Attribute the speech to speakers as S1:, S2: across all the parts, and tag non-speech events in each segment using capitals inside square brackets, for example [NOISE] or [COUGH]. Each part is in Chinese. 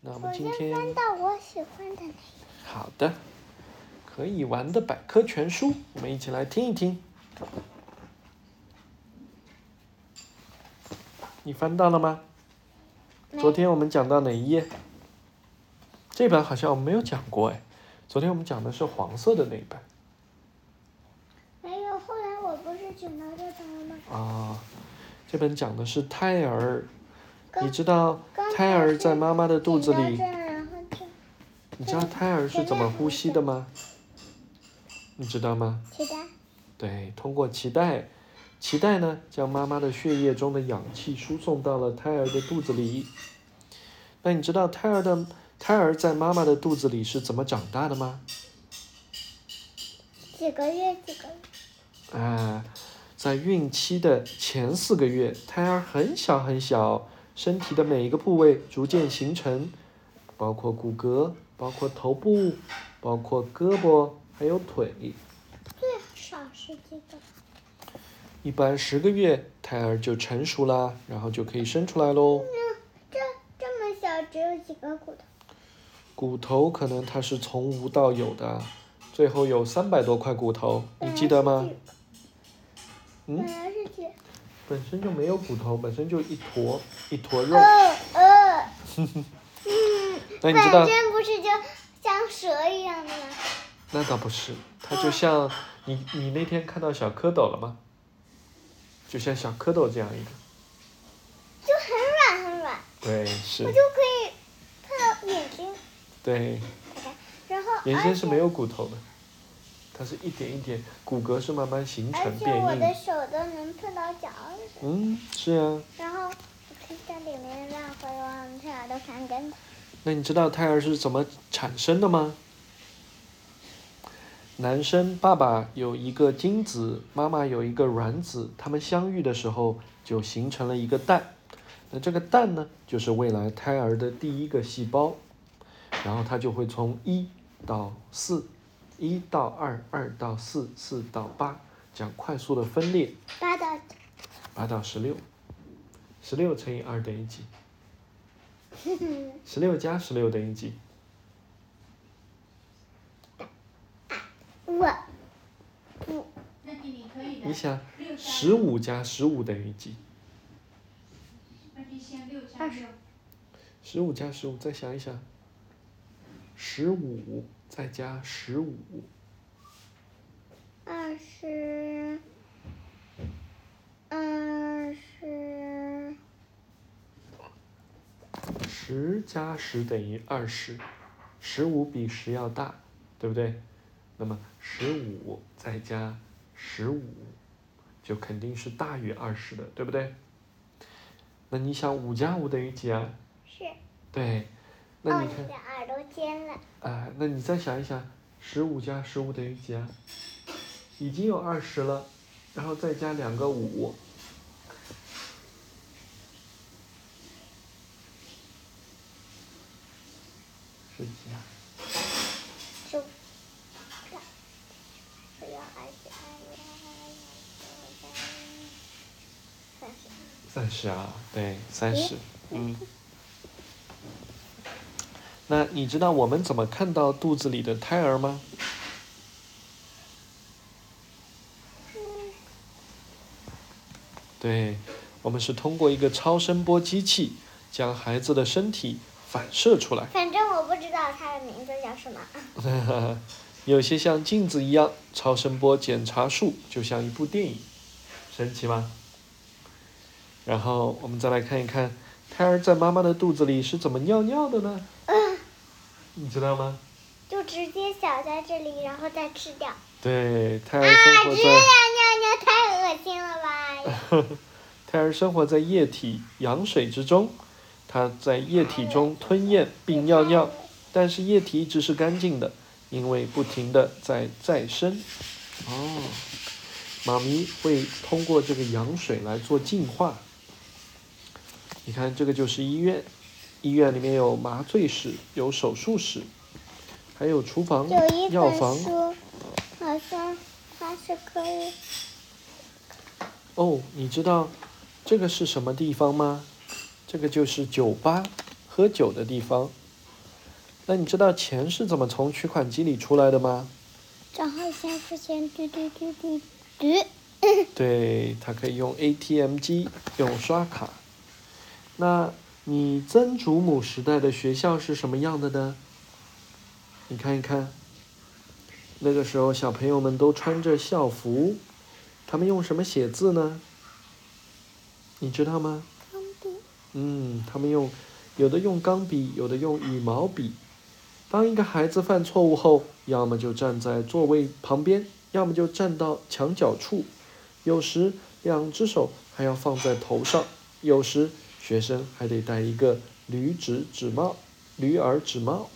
S1: 那我
S2: 我
S1: 们今
S2: 先
S1: 天
S2: 翻到我喜欢的那一
S1: 好的，可以玩的百科全书，我们一起来听一听。你翻到了吗？
S2: 没
S1: 昨天我们讲到哪一页？这本好像我们没有讲过哎，昨天我们讲的是黄色的那一本
S2: 没有，后来我不是捡到这本了吗？
S1: 啊，这本讲的是胎儿。
S2: 刚
S1: 你知道
S2: 刚才
S1: 胎儿在
S2: 是
S1: 妈妈的肚子
S2: 捡
S1: 里
S2: 到这儿然后就
S1: 你知道胎儿是怎么呼吸的吗？你知道吗？
S2: 其他
S1: 对，通过脐带，脐带呢将妈妈的血液中的氧气输送到了胎儿的肚子里。那你知道胎儿的胎儿在妈妈的肚子里是怎么长大的吗？
S2: 几个月几个月，
S1: 啊、在孕期的前四个月，胎儿很小很小，身体的每一个部位逐渐形成，包括骨骼，包括头部，包括胳膊，还有腿。
S2: 最少是几个？
S1: 一般十个月，胎儿就成熟啦，然后就可以生出来喽。
S2: 这这么小，只有几个骨头。
S1: 骨头可能它是从无到有的，最后有三百多块骨头，你记得吗？嗯
S2: 本来是几？
S1: 本身就没有骨头，本身就一坨一坨肉
S2: 本。来是几？呃呃，
S1: [LAUGHS] 那你知道
S2: 反？正不是就像蛇一样的吗？
S1: 那倒不是，它就像你你那天看到小蝌蚪了吗？就像小蝌蚪这样一个。
S2: 就很软很软，
S1: 对，是
S2: 我，就可以碰到眼睛，
S1: 对，
S2: 然后
S1: 原
S2: 而
S1: 先是
S2: 且
S1: 没有骨头的，它是一点一点，骨骼是慢慢形
S2: 而
S1: 成
S2: 且哎我
S1: 变
S2: 的
S1: 硬。
S2: 手都能碰到脚，
S1: 嗯，是呀、
S2: 然后我可以在里面乱回往这儿都翻跟头。
S1: 那你知道胎儿是怎么产生的吗？男生爸爸有一个精子，妈妈有一个卵子，他们相遇的时候就形成了一个蛋。那这个蛋呢，就是未来胎儿的第一个细胞，然后它就会从一到四，一到二，二到四，四到八，这样快速的分裂，
S2: 八到
S1: 八到十六，十六乘以二等于几？十六加十六等于几？
S2: 我
S3: 那弟弟可以的
S1: 你，想，
S3: 六加
S1: 十五加十五等于几？
S3: 那就先六加六，
S1: 十五加十五，再想一想。十五再加十五，
S2: 二十，二十，
S1: 十加十等于二十，十五比十要大，对不对？那么十五再加十五，就肯定是大于二十的，对不对？那你想五加五等于几啊？
S2: 是。
S1: 对，那
S2: 哦，
S1: 你看
S2: 你的耳朵尖了，
S1: 啊，那你再想一想，十五加十五等于几啊？已经有二十了，然后再加两个五，是几啊？
S2: 是不是？不要二十二，三十。
S1: 三十啊，对，三十
S2: 诶，
S1: 嗯。那你知道我们怎么看到肚子里的胎儿吗？对，我们是通过一个超声波机器将孩子的身体反射出来，
S2: 反正我不知道它的名字叫什么。
S1: 有些像镜子一样，超声波检查术就像一部电影，神奇吗？然后我们再来看一看，胎儿在妈妈的肚子里是怎么尿尿的呢？
S2: 嗯
S1: 你知道吗？
S2: 就直接撒在这里，然后再吃掉。
S1: 对，胎儿
S2: 啊，
S1: 生活
S2: 这样
S1: 在
S2: 尿尿太恶心了吧！
S1: [LAUGHS] 胎儿生活在液体羊水之中，它在液体中吞咽并尿尿，但是液体一直是干净的，因为不停的在再生。哦，妈咪会通过这个羊水来做净化。你看，这个就是医院，医院里面有麻醉室，有手术室，还有厨房
S2: 有一、
S1: 药
S2: 本
S1: 房。
S2: 书，好像它是可以，
S1: 哦，你知道这个是什么地方吗？这个就是酒吧，喝酒的地方。那你知道钱是怎么从取款机里出来的吗？
S2: 账号下付钱，嘟嘟嘟嘟嘟。
S1: 对，它可以用 ATM 机，用刷卡。那你曾祖母时代的学校是什么样的呢？你看一看，那个时候小朋友们都穿着校服，他们用什么写字呢？你知道吗？
S2: 钢笔。
S1: 嗯，他们用有的用钢笔，有的用羽毛笔。当一个孩子犯错误后，要么就站在座位旁边，要么就站到墙角处，有时两只手还要放在头上，有时学生还得戴一个驴指指帽、驴耳指帽。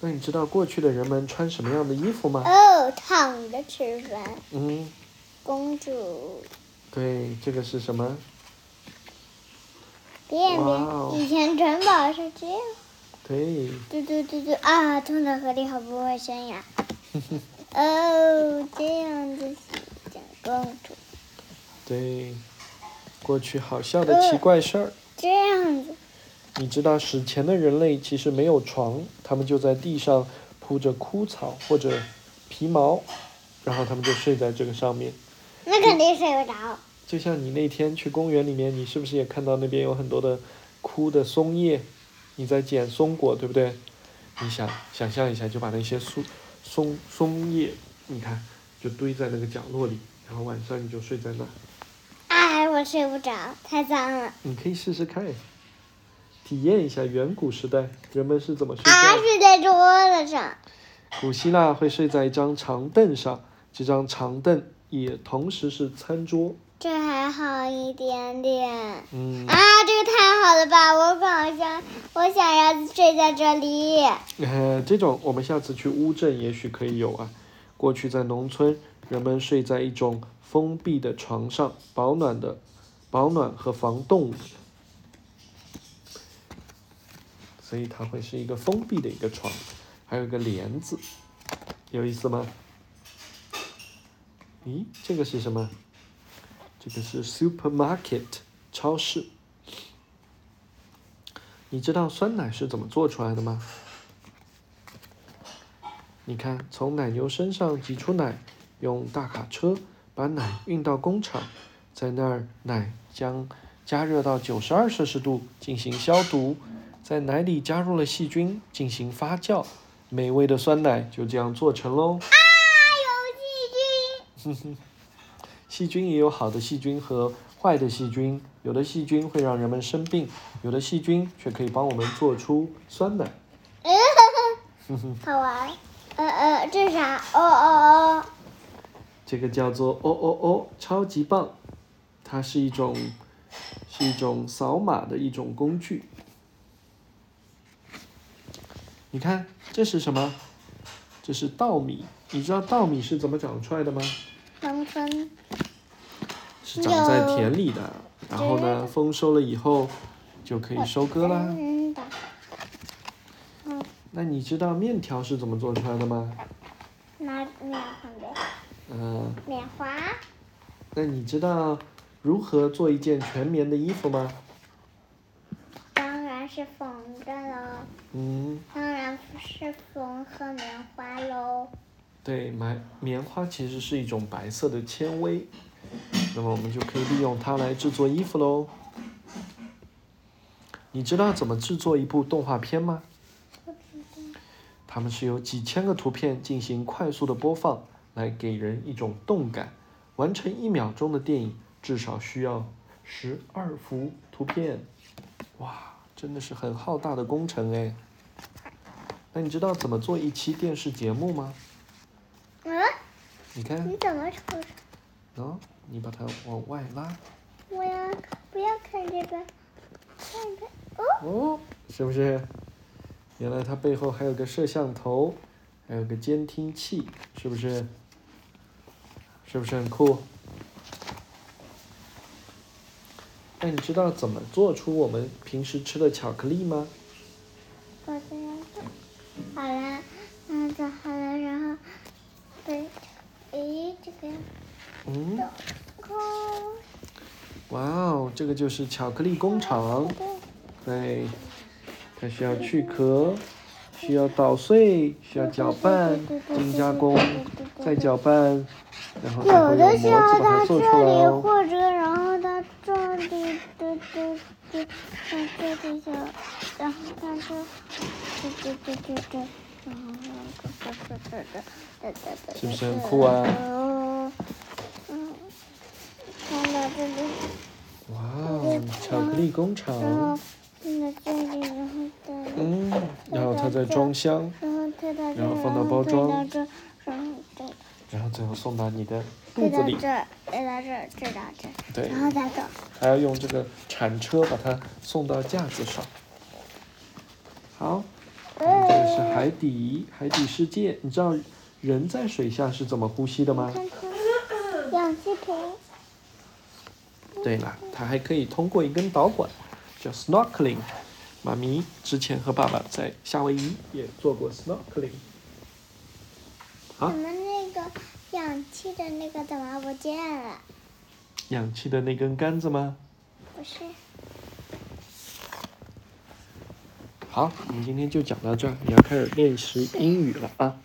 S1: 那你知道过去的人们穿什么样的衣服吗？
S2: 哦，躺着吃饭，
S1: 嗯，
S2: 公主
S1: 对，这个是什么？
S2: 便
S1: 哇哦
S2: 便。以前城堡是这样，
S1: 对，
S2: 嘟嘟嘟嘟啊，冲到河里好不卫
S1: [LAUGHS]
S2: 生呀。哦，这样子讲公主，
S1: 对，过去好笑的奇怪事儿。
S2: 这样子
S1: 你知道史前的人类其实没有床，他们就在地上铺着枯草或者皮毛，然后他们就睡在这个上面。
S2: 那肯定睡不着。
S1: 就像你那天去公园里面，你是不是也看到那边有很多的枯的松叶？你在捡松果，对不对？你想想象一下，就把那些松松松叶，你看就堆在那个角落里，然后晚上你就睡在那。
S2: 哎，我睡不着，太脏了。
S1: 你可以试试看，体验一下远古时代人们是怎么睡觉
S2: 啊，
S1: 的。
S2: 睡在桌子上，
S1: 古希腊会睡在一张长凳上，这张长凳也同时是餐桌。
S2: 这还好一点点。
S1: 嗯，
S2: 啊，这个太好了吧！我好像我想要睡在这里。
S1: 呃，这种我们下次去乌镇也许可以有啊。过去在农村，人们睡在一种封闭的床上，保暖的，保暖和防冻的，所以它会是一个封闭的一个床，还有一个帘子，有意思吗？咦，这个是什么？这个是 supermarket 超市。你知道酸奶是怎么做出来的吗？你看，从奶牛身上挤出奶，用大卡车把奶运到工厂，在那儿奶将加热到九十二摄氏度进行消毒，在奶里加入了细菌进行发酵，美味的酸奶就这样做成喽。
S2: 啊，有细菌。
S1: 细菌也有好的细菌和坏的细菌，有的细菌会让人们生病，有的细菌却可以帮我们做出酸奶。 [LAUGHS]
S2: 好玩。呃呃，这啥？哦哦哦，
S1: 这个叫做哦哦哦，超级棒，它是一种是一种扫码的一种工具。你看这是什么？这是稻米，你知道稻米是怎么长出来的吗？
S2: 农村
S1: 是长在田里的，然后呢，丰收了以后就可以收割啦。
S2: 真的
S1: 那你知道面条是怎么做出来的吗？
S2: 拿棉花的
S1: 嗯、
S2: 棉花，
S1: 那你知道如何做一件全棉的衣服吗？
S2: 当然是缝的喽，
S1: 嗯，
S2: 当然是缝和棉花喽。
S1: 对，棉棉花其实是一种白色的纤维，那么我们就可以利用它来制作衣服喽。你知道怎么制作一部动画片吗？他们是由几千个图片进行快速的播放，来给人一种动感。完成一秒钟的电影至少需要十二幅图片，哇，真的是很浩大的工程哎。那你知道怎么做一期电视节目吗？
S2: 嗯，
S1: 你看，
S2: 你怎么瞅？
S1: 然后你把它往外拉，
S2: 我要不要看这个？看这哦，
S1: 哦，是不是？原来它背后还有个摄像头，还有个监听器，是不是？是不是很酷？那你知道怎么做出我们平时吃的巧克力吗？
S2: 我这样子。好了，嗯，做好了，然后，对，诶，这个
S1: 嗯，
S2: 空
S1: 哇哦，这个就是巧克力工厂。
S2: 对，
S1: 对，它需要去壳，需要捣碎，需要搅拌，经加工，再搅拌，然后才
S2: 有
S1: 会有模
S2: 的时
S1: 子把它做
S2: 候到这
S1: 出来
S2: 里，
S1: 哦。
S2: 或者然后到这里，嘟嘟嘟，到这里就，然后到这，嘟嘟嘟嘟嘟，然后哒哒哒哒哒哒哒，
S1: 是不是很酷啊
S2: 嗯，看到这里，
S1: 哇哦，巧克力工
S2: 然后
S1: 厂。
S2: 放到这里，然后到这里，
S1: 嗯，然后它再装箱，
S2: 然后推到这，
S1: 然后放到
S2: 然
S1: 包
S2: 后推
S1: 装
S2: 到这，然后这，
S1: 然后最后送到你的肚
S2: 推
S1: 子
S2: 到
S1: 里。
S2: 这，推到这，推到这，
S1: 对，
S2: 然后再走。
S1: 还要用这个铲车把它送到架子上。好，我们这个是海底海底世界。你知道人在水下是怎么呼吸的吗？
S2: 看看氧气瓶，
S1: 对了，它还可以通过一根导管，叫 snorkeling。妈咪之前和爸爸在夏威夷也做过 snorkeling。啊
S2: 我们那个氧气的那个怎么不见了？
S1: 氧气的那根杆子吗？
S2: 不是，
S1: 好，我们今天就讲到这儿，你要开始练习英语了啊。